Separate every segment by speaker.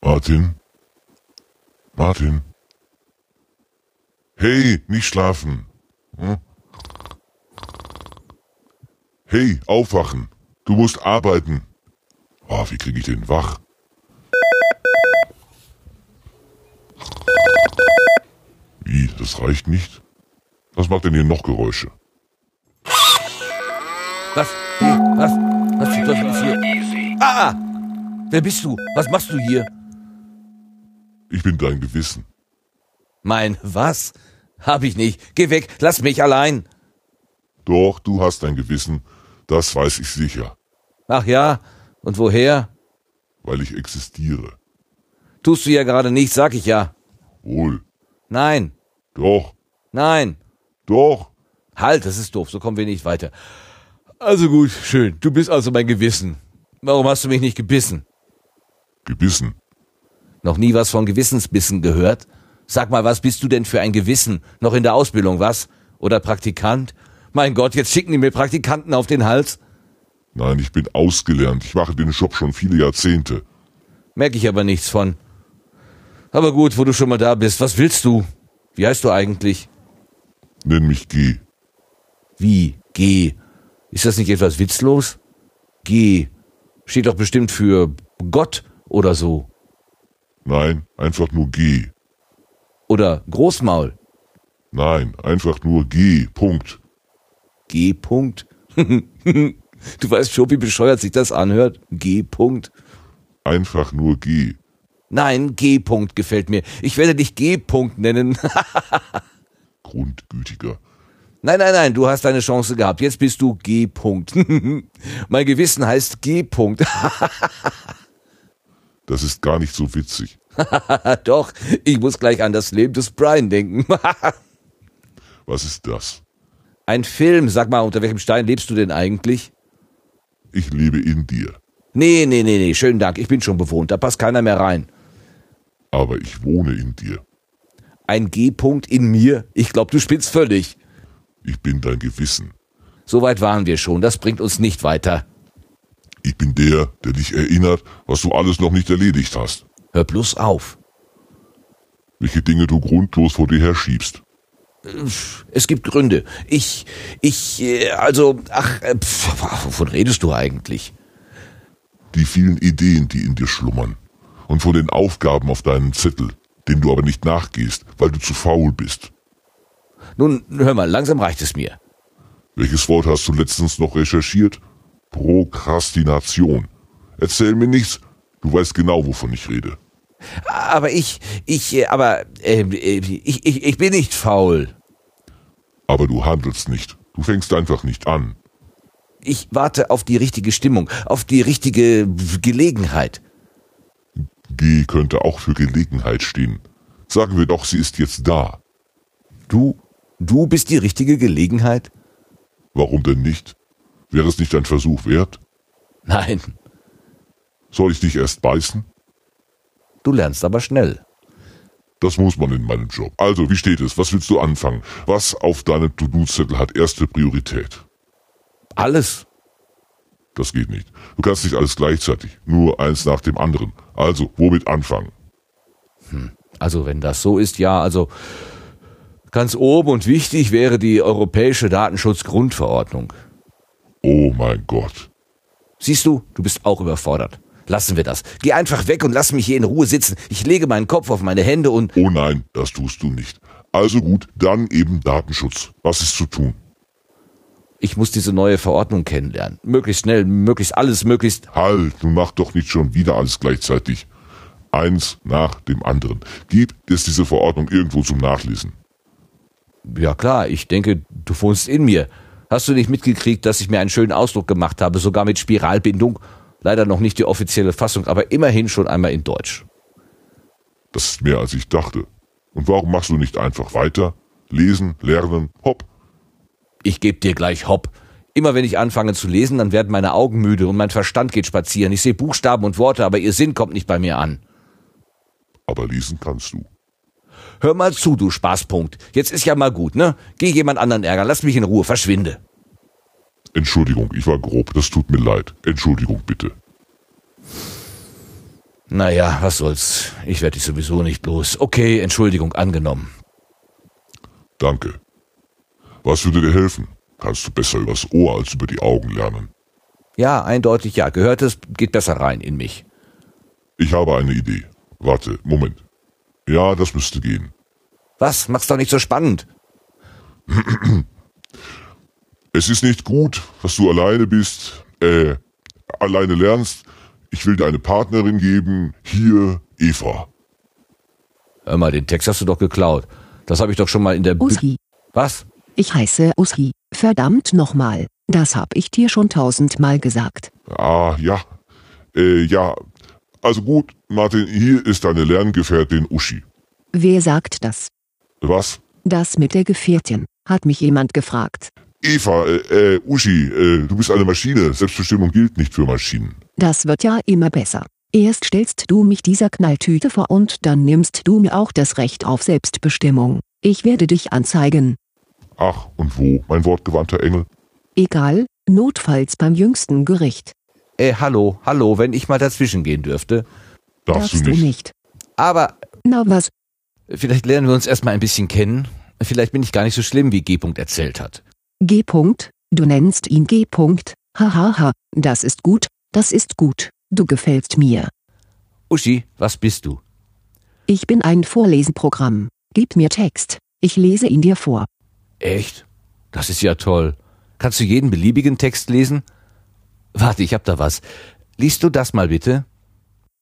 Speaker 1: Martin? Martin? Hey, nicht schlafen. Hm? Hey, aufwachen. Du musst arbeiten. Oh, wie kriege ich den wach? Wie, das reicht nicht? Was macht denn hier noch Geräusche?
Speaker 2: Was? Hey, was? Was zum Teufel ist hier? Ah! Wer bist du? Was machst du hier?
Speaker 1: Ich bin dein Gewissen.
Speaker 2: Mein was? Hab ich nicht. Geh weg, lass mich allein.
Speaker 1: Doch, du hast dein Gewissen, das weiß ich sicher,
Speaker 2: Ach ja, und woher?
Speaker 1: weil ich existiere.
Speaker 2: Tust du ja gerade nicht, sag ich ja.
Speaker 1: Wohl.
Speaker 2: Nein,
Speaker 1: Doch,
Speaker 2: nein.
Speaker 1: doch.
Speaker 2: Halt, das ist doof, so kommen wir nicht weiter. Also gut, schön. Du bist also mein Gewissen. Warum hast du mich nicht gebissen?
Speaker 1: Gebissen.
Speaker 2: Noch nie was von Gewissensbissen gehört? Sag mal, was bist du denn für ein Gewissen? Noch in der Ausbildung, was? Oder Praktikant? Mein Gott, jetzt schicken die mir Praktikanten auf den Hals.
Speaker 1: Nein, ich bin ausgelernt. Ich mache den Job schon viele Jahrzehnte.
Speaker 2: Merke ich aber nichts von. Aber gut, wo du schon mal da bist, was willst du? Wie heißt du eigentlich?
Speaker 1: Nenn mich G.
Speaker 2: Wie? G. Ist das nicht etwas witzlos? G. Steht doch bestimmt für Gott oder so.
Speaker 1: Nein, einfach nur G.
Speaker 2: Oder Großmaul.
Speaker 1: Nein, einfach nur G. Punkt.
Speaker 2: G. Punkt. du weißt schon, wie bescheuert sich das anhört. G. Punkt.
Speaker 1: Einfach nur G.
Speaker 2: Nein, G. Punkt gefällt mir. Ich werde dich G. Punkt nennen.
Speaker 1: Grundgütiger.
Speaker 2: nein, nein, nein, du hast deine Chance gehabt. Jetzt bist du G. Punkt. mein Gewissen heißt G. Punkt.
Speaker 1: Das ist gar nicht so witzig.
Speaker 2: Doch, ich muss gleich an das Leben des Brian denken.
Speaker 1: Was ist das?
Speaker 2: Ein Film, sag mal, unter welchem Stein lebst du denn eigentlich?
Speaker 1: Ich lebe in dir,
Speaker 2: Nee, nee, nee, nee, schönen Dank, ich bin schon bewohnt, da passt keiner mehr rein.
Speaker 1: aber ich wohne in dir.
Speaker 2: Ein G-Punkt in mir? Ich glaube, du spinnst völlig.
Speaker 1: Ich bin dein Gewissen.
Speaker 2: Soweit waren wir schon, das bringt uns nicht weiter.
Speaker 1: Ich bin der, der dich erinnert, was du alles noch nicht erledigt hast.
Speaker 2: Hör bloß auf.
Speaker 1: Welche Dinge du grundlos vor dir herschiebst.
Speaker 2: Es gibt Gründe. Ich, ich, äh, also, ach, äh, pf, wovon redest du eigentlich?
Speaker 1: Die vielen Ideen, die in dir schlummern. Und von den Aufgaben auf deinem Zettel, denen du aber nicht nachgehst, weil du zu faul bist.
Speaker 2: Nun, hör mal, langsam reicht es mir.
Speaker 1: Welches Wort hast du letztens noch recherchiert? Prokrastination. Erzähl mir nichts. Du weißt genau, wovon ich rede.
Speaker 2: Aber ich, ich, äh, aber, äh, äh, ich, ich, ich bin nicht faul.
Speaker 1: Aber du handelst nicht. Du fängst einfach nicht an.
Speaker 2: Ich warte auf die richtige Stimmung, auf die richtige Gelegenheit.
Speaker 1: G könnte auch für Gelegenheit stehen. Sagen wir doch, sie ist jetzt da.
Speaker 2: Du, du bist die richtige Gelegenheit?
Speaker 1: Warum denn nicht? Wäre es nicht ein Versuch wert?
Speaker 2: Nein,
Speaker 1: Soll ich dich erst beißen?
Speaker 2: du lernst aber schnell.
Speaker 1: Das muss man in meinem Job. Also, wie steht es? Was willst du anfangen? Was auf deinem To-Do-Zettel hat erste Priorität?
Speaker 2: Alles.
Speaker 1: Das geht nicht. Du kannst nicht alles gleichzeitig. Nur eins nach dem anderen. Also, womit anfangen?
Speaker 2: Also wenn das so ist, ja, also ganz oben und wichtig wäre die Europäische Datenschutzgrundverordnung.
Speaker 1: Oh mein Gott.
Speaker 2: Siehst du, du bist auch überfordert. Lassen wir das. Geh einfach weg und lass mich hier in Ruhe sitzen. Ich lege meinen Kopf auf meine Hände und
Speaker 1: Oh nein, das tust du nicht. Also gut, dann eben Datenschutz. Was ist zu tun?
Speaker 2: ich muss diese neue Verordnung kennenlernen. Möglichst schnell, möglichst alles, möglichst.
Speaker 1: Halt, nun mach doch nicht schon wieder alles gleichzeitig. Eins nach dem anderen. Gibt es diese Verordnung irgendwo zum Nachlesen?
Speaker 2: Ja klar, ich denke, du wohnst in mir. Hast du nicht mitgekriegt, dass ich mir einen schönen Ausdruck gemacht habe, sogar mit Spiralbindung? Leider noch nicht die offizielle Fassung, aber immerhin schon einmal in Deutsch.
Speaker 1: Das ist mehr als ich dachte. Und warum machst du nicht einfach weiter? Lesen, lernen, hopp.
Speaker 2: Ich geb dir gleich Hopp. Immer wenn ich anfange zu lesen, dann werden meine Augen müde und mein Verstand geht spazieren. Ich sehe Buchstaben und Worte, aber ihr Sinn kommt nicht bei mir an.
Speaker 1: Aber lesen kannst du.
Speaker 2: Hör mal zu, du Spaßpunkt. Jetzt ist ja mal gut, ne? Geh jemand anderen ärgern, lass mich in Ruhe, verschwinde.
Speaker 1: Entschuldigung, ich war grob, das tut mir leid. Entschuldigung bitte.
Speaker 2: Naja, was soll's. Ich werde dich sowieso nicht bloß. Okay, Entschuldigung angenommen.
Speaker 1: Danke. Was würde dir helfen? Kannst du besser übers Ohr als über die Augen lernen.
Speaker 2: Ja, eindeutig ja. Gehörtes geht besser rein in mich.
Speaker 1: Ich habe eine Idee. Warte, Moment. Ja, das müsste gehen.
Speaker 2: Was? Mach's doch nicht so spannend.
Speaker 1: Es ist nicht gut, dass du alleine bist, äh, alleine lernst. Ich will dir eine Partnerin geben. Hier, Eva.
Speaker 2: Hör mal, den Text hast du doch geklaut. Das habe ich doch schon mal in der Bü-
Speaker 3: Uschi,
Speaker 2: Was?
Speaker 3: ich heiße Uschi, verdammt nochmal, das hab ich dir schon tausendmal gesagt.
Speaker 1: Ah, ja. Äh, ja. Also gut, Martin, hier ist deine Lerngefährtin Uschi.
Speaker 3: Wer sagt das?
Speaker 1: Was?
Speaker 3: Das mit der Gefährtin, hat mich jemand gefragt.
Speaker 1: Eva, äh, äh Uschi, äh, du bist eine Maschine. Selbstbestimmung gilt nicht für Maschinen.
Speaker 3: Das wird ja immer besser. Erst stellst du mich dieser Knalltüte vor und dann nimmst du mir auch das Recht auf Selbstbestimmung. Ich werde dich anzeigen.
Speaker 1: Ach, und wo, mein wortgewandter Engel?
Speaker 3: Egal, notfalls beim jüngsten Gericht.
Speaker 2: Äh, hallo, hallo, wenn ich mal dazwischen gehen dürfte.
Speaker 1: Darfst, du nicht.
Speaker 2: Aber
Speaker 3: Na was,
Speaker 2: vielleicht lernen wir uns erstmal ein bisschen kennen. Vielleicht bin ich gar nicht so schlimm, wie G. -Punkt erzählt hat.
Speaker 3: G. -Punkt, du nennst ihn G. -Punkt. Hahaha, das ist gut, das ist gut, du gefällst mir.
Speaker 2: Uschi, was bist du?
Speaker 3: Ich bin ein Vorlesenprogramm. Gib mir Text, ich lese ihn dir vor.
Speaker 2: Echt? Das ist ja toll. Kannst du jeden beliebigen Text lesen? Warte, ich hab da was. Liest du das mal bitte?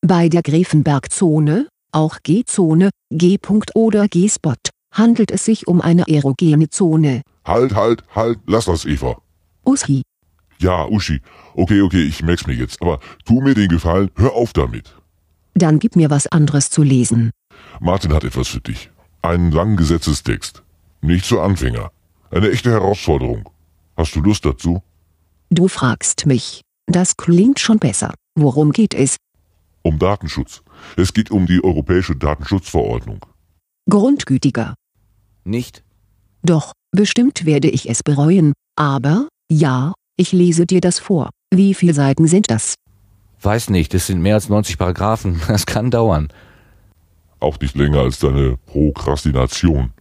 Speaker 3: Bei der Gräfenbergzone, auch G-Zone, G-Punkt oder G-Spot, handelt es sich um eine erogene Zone.
Speaker 1: Halt, halt, halt, lass das, Eva.
Speaker 3: Uschi,
Speaker 1: Ja, Uschi. Okay, okay, ich merk's mir jetzt. Aber tu mir den Gefallen, hör auf damit.
Speaker 3: dann gib mir was anderes zu lesen.
Speaker 1: Martin hat etwas für dich. Einen langen Gesetzestext. Nicht für Anfänger. Eine echte Herausforderung. Hast du Lust dazu?
Speaker 3: Du fragst mich. Das klingt schon besser. Worum geht es?
Speaker 1: Um Datenschutz. Es geht um die Europäische Datenschutzverordnung.
Speaker 3: Grundgütiger.
Speaker 2: Nicht?
Speaker 3: Doch, bestimmt werde ich es bereuen, aber, ja, ich lese dir das vor. Wie viele Seiten sind das?
Speaker 2: Weiß nicht, es sind mehr als 90 Paragraphen. Das kann dauern.
Speaker 1: Auch nicht länger als deine Prokrastination.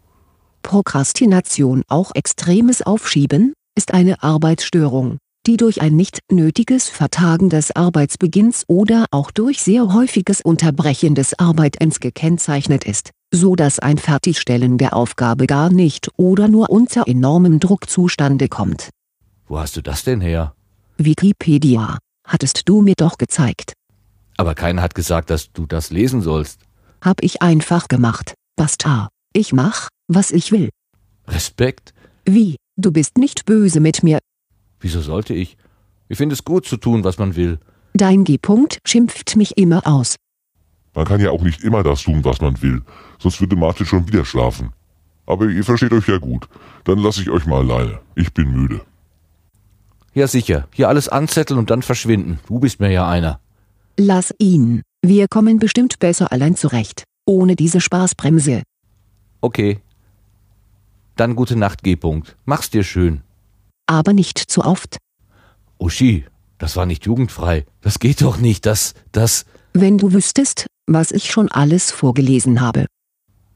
Speaker 3: Prokrastination, auch extremes Aufschieben, ist eine Arbeitsstörung, die durch ein nicht nötiges Vertagen des Arbeitsbeginns oder auch durch sehr häufiges Unterbrechen des Arbeitens gekennzeichnet ist, so dass ein Fertigstellen der Aufgabe gar nicht oder nur unter enormem Druck zustande kommt.
Speaker 2: Wo hast du das denn her?
Speaker 3: Wikipedia, hattest du mir doch gezeigt.
Speaker 2: Aber keiner hat gesagt, dass du das lesen sollst.
Speaker 3: Hab ich einfach gemacht, basta. Ich mach, was ich will.
Speaker 2: Respekt?
Speaker 3: Wie, du bist nicht böse mit mir,
Speaker 2: Wieso sollte ich? Ich finde es gut zu tun, was man will.
Speaker 3: dein G-Punkt schimpft mich immer aus.
Speaker 1: Man kann ja auch nicht immer das tun, was man will. Sonst würde Martin schon wieder schlafen. Aber ihr versteht euch ja gut. Dann lasse ich euch mal alleine. Ich bin müde.
Speaker 2: Ja, sicher. Hier alles anzetteln und dann verschwinden. Du bist mir ja einer.
Speaker 3: Lass ihn. Wir kommen bestimmt besser allein zurecht. Ohne diese Spaßbremse.
Speaker 2: Okay. Dann gute Nacht, G. -Punkt. Mach's dir schön.
Speaker 3: Aber nicht zu oft.
Speaker 2: Uschi, das war nicht jugendfrei. Das geht doch nicht. Das, das,
Speaker 3: Wenn du wüsstest, was ich schon alles vorgelesen habe.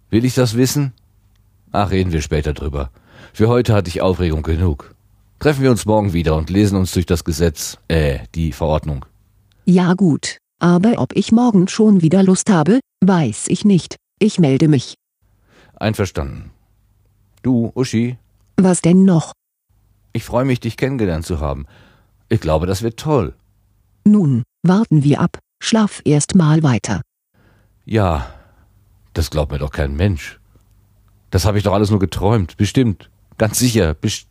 Speaker 2: will ich das wissen? Ach, reden wir später drüber. Für heute hatte ich Aufregung genug. Treffen wir uns morgen wieder und lesen uns durch das Gesetz, äh, die Verordnung.
Speaker 3: Ja gut, aber ob ich morgen schon wieder Lust habe, weiß ich nicht. Ich melde mich.
Speaker 2: Einverstanden. Du, Uschi,
Speaker 3: Was denn noch?
Speaker 2: ich freue mich, dich kennengelernt zu haben. Ich glaube, das wird toll.
Speaker 3: Nun, warten wir ab. Schlaf erst mal weiter.
Speaker 2: Ja, das glaubt mir doch kein Mensch. Das habe ich doch alles nur geträumt, bestimmt, ganz sicher, best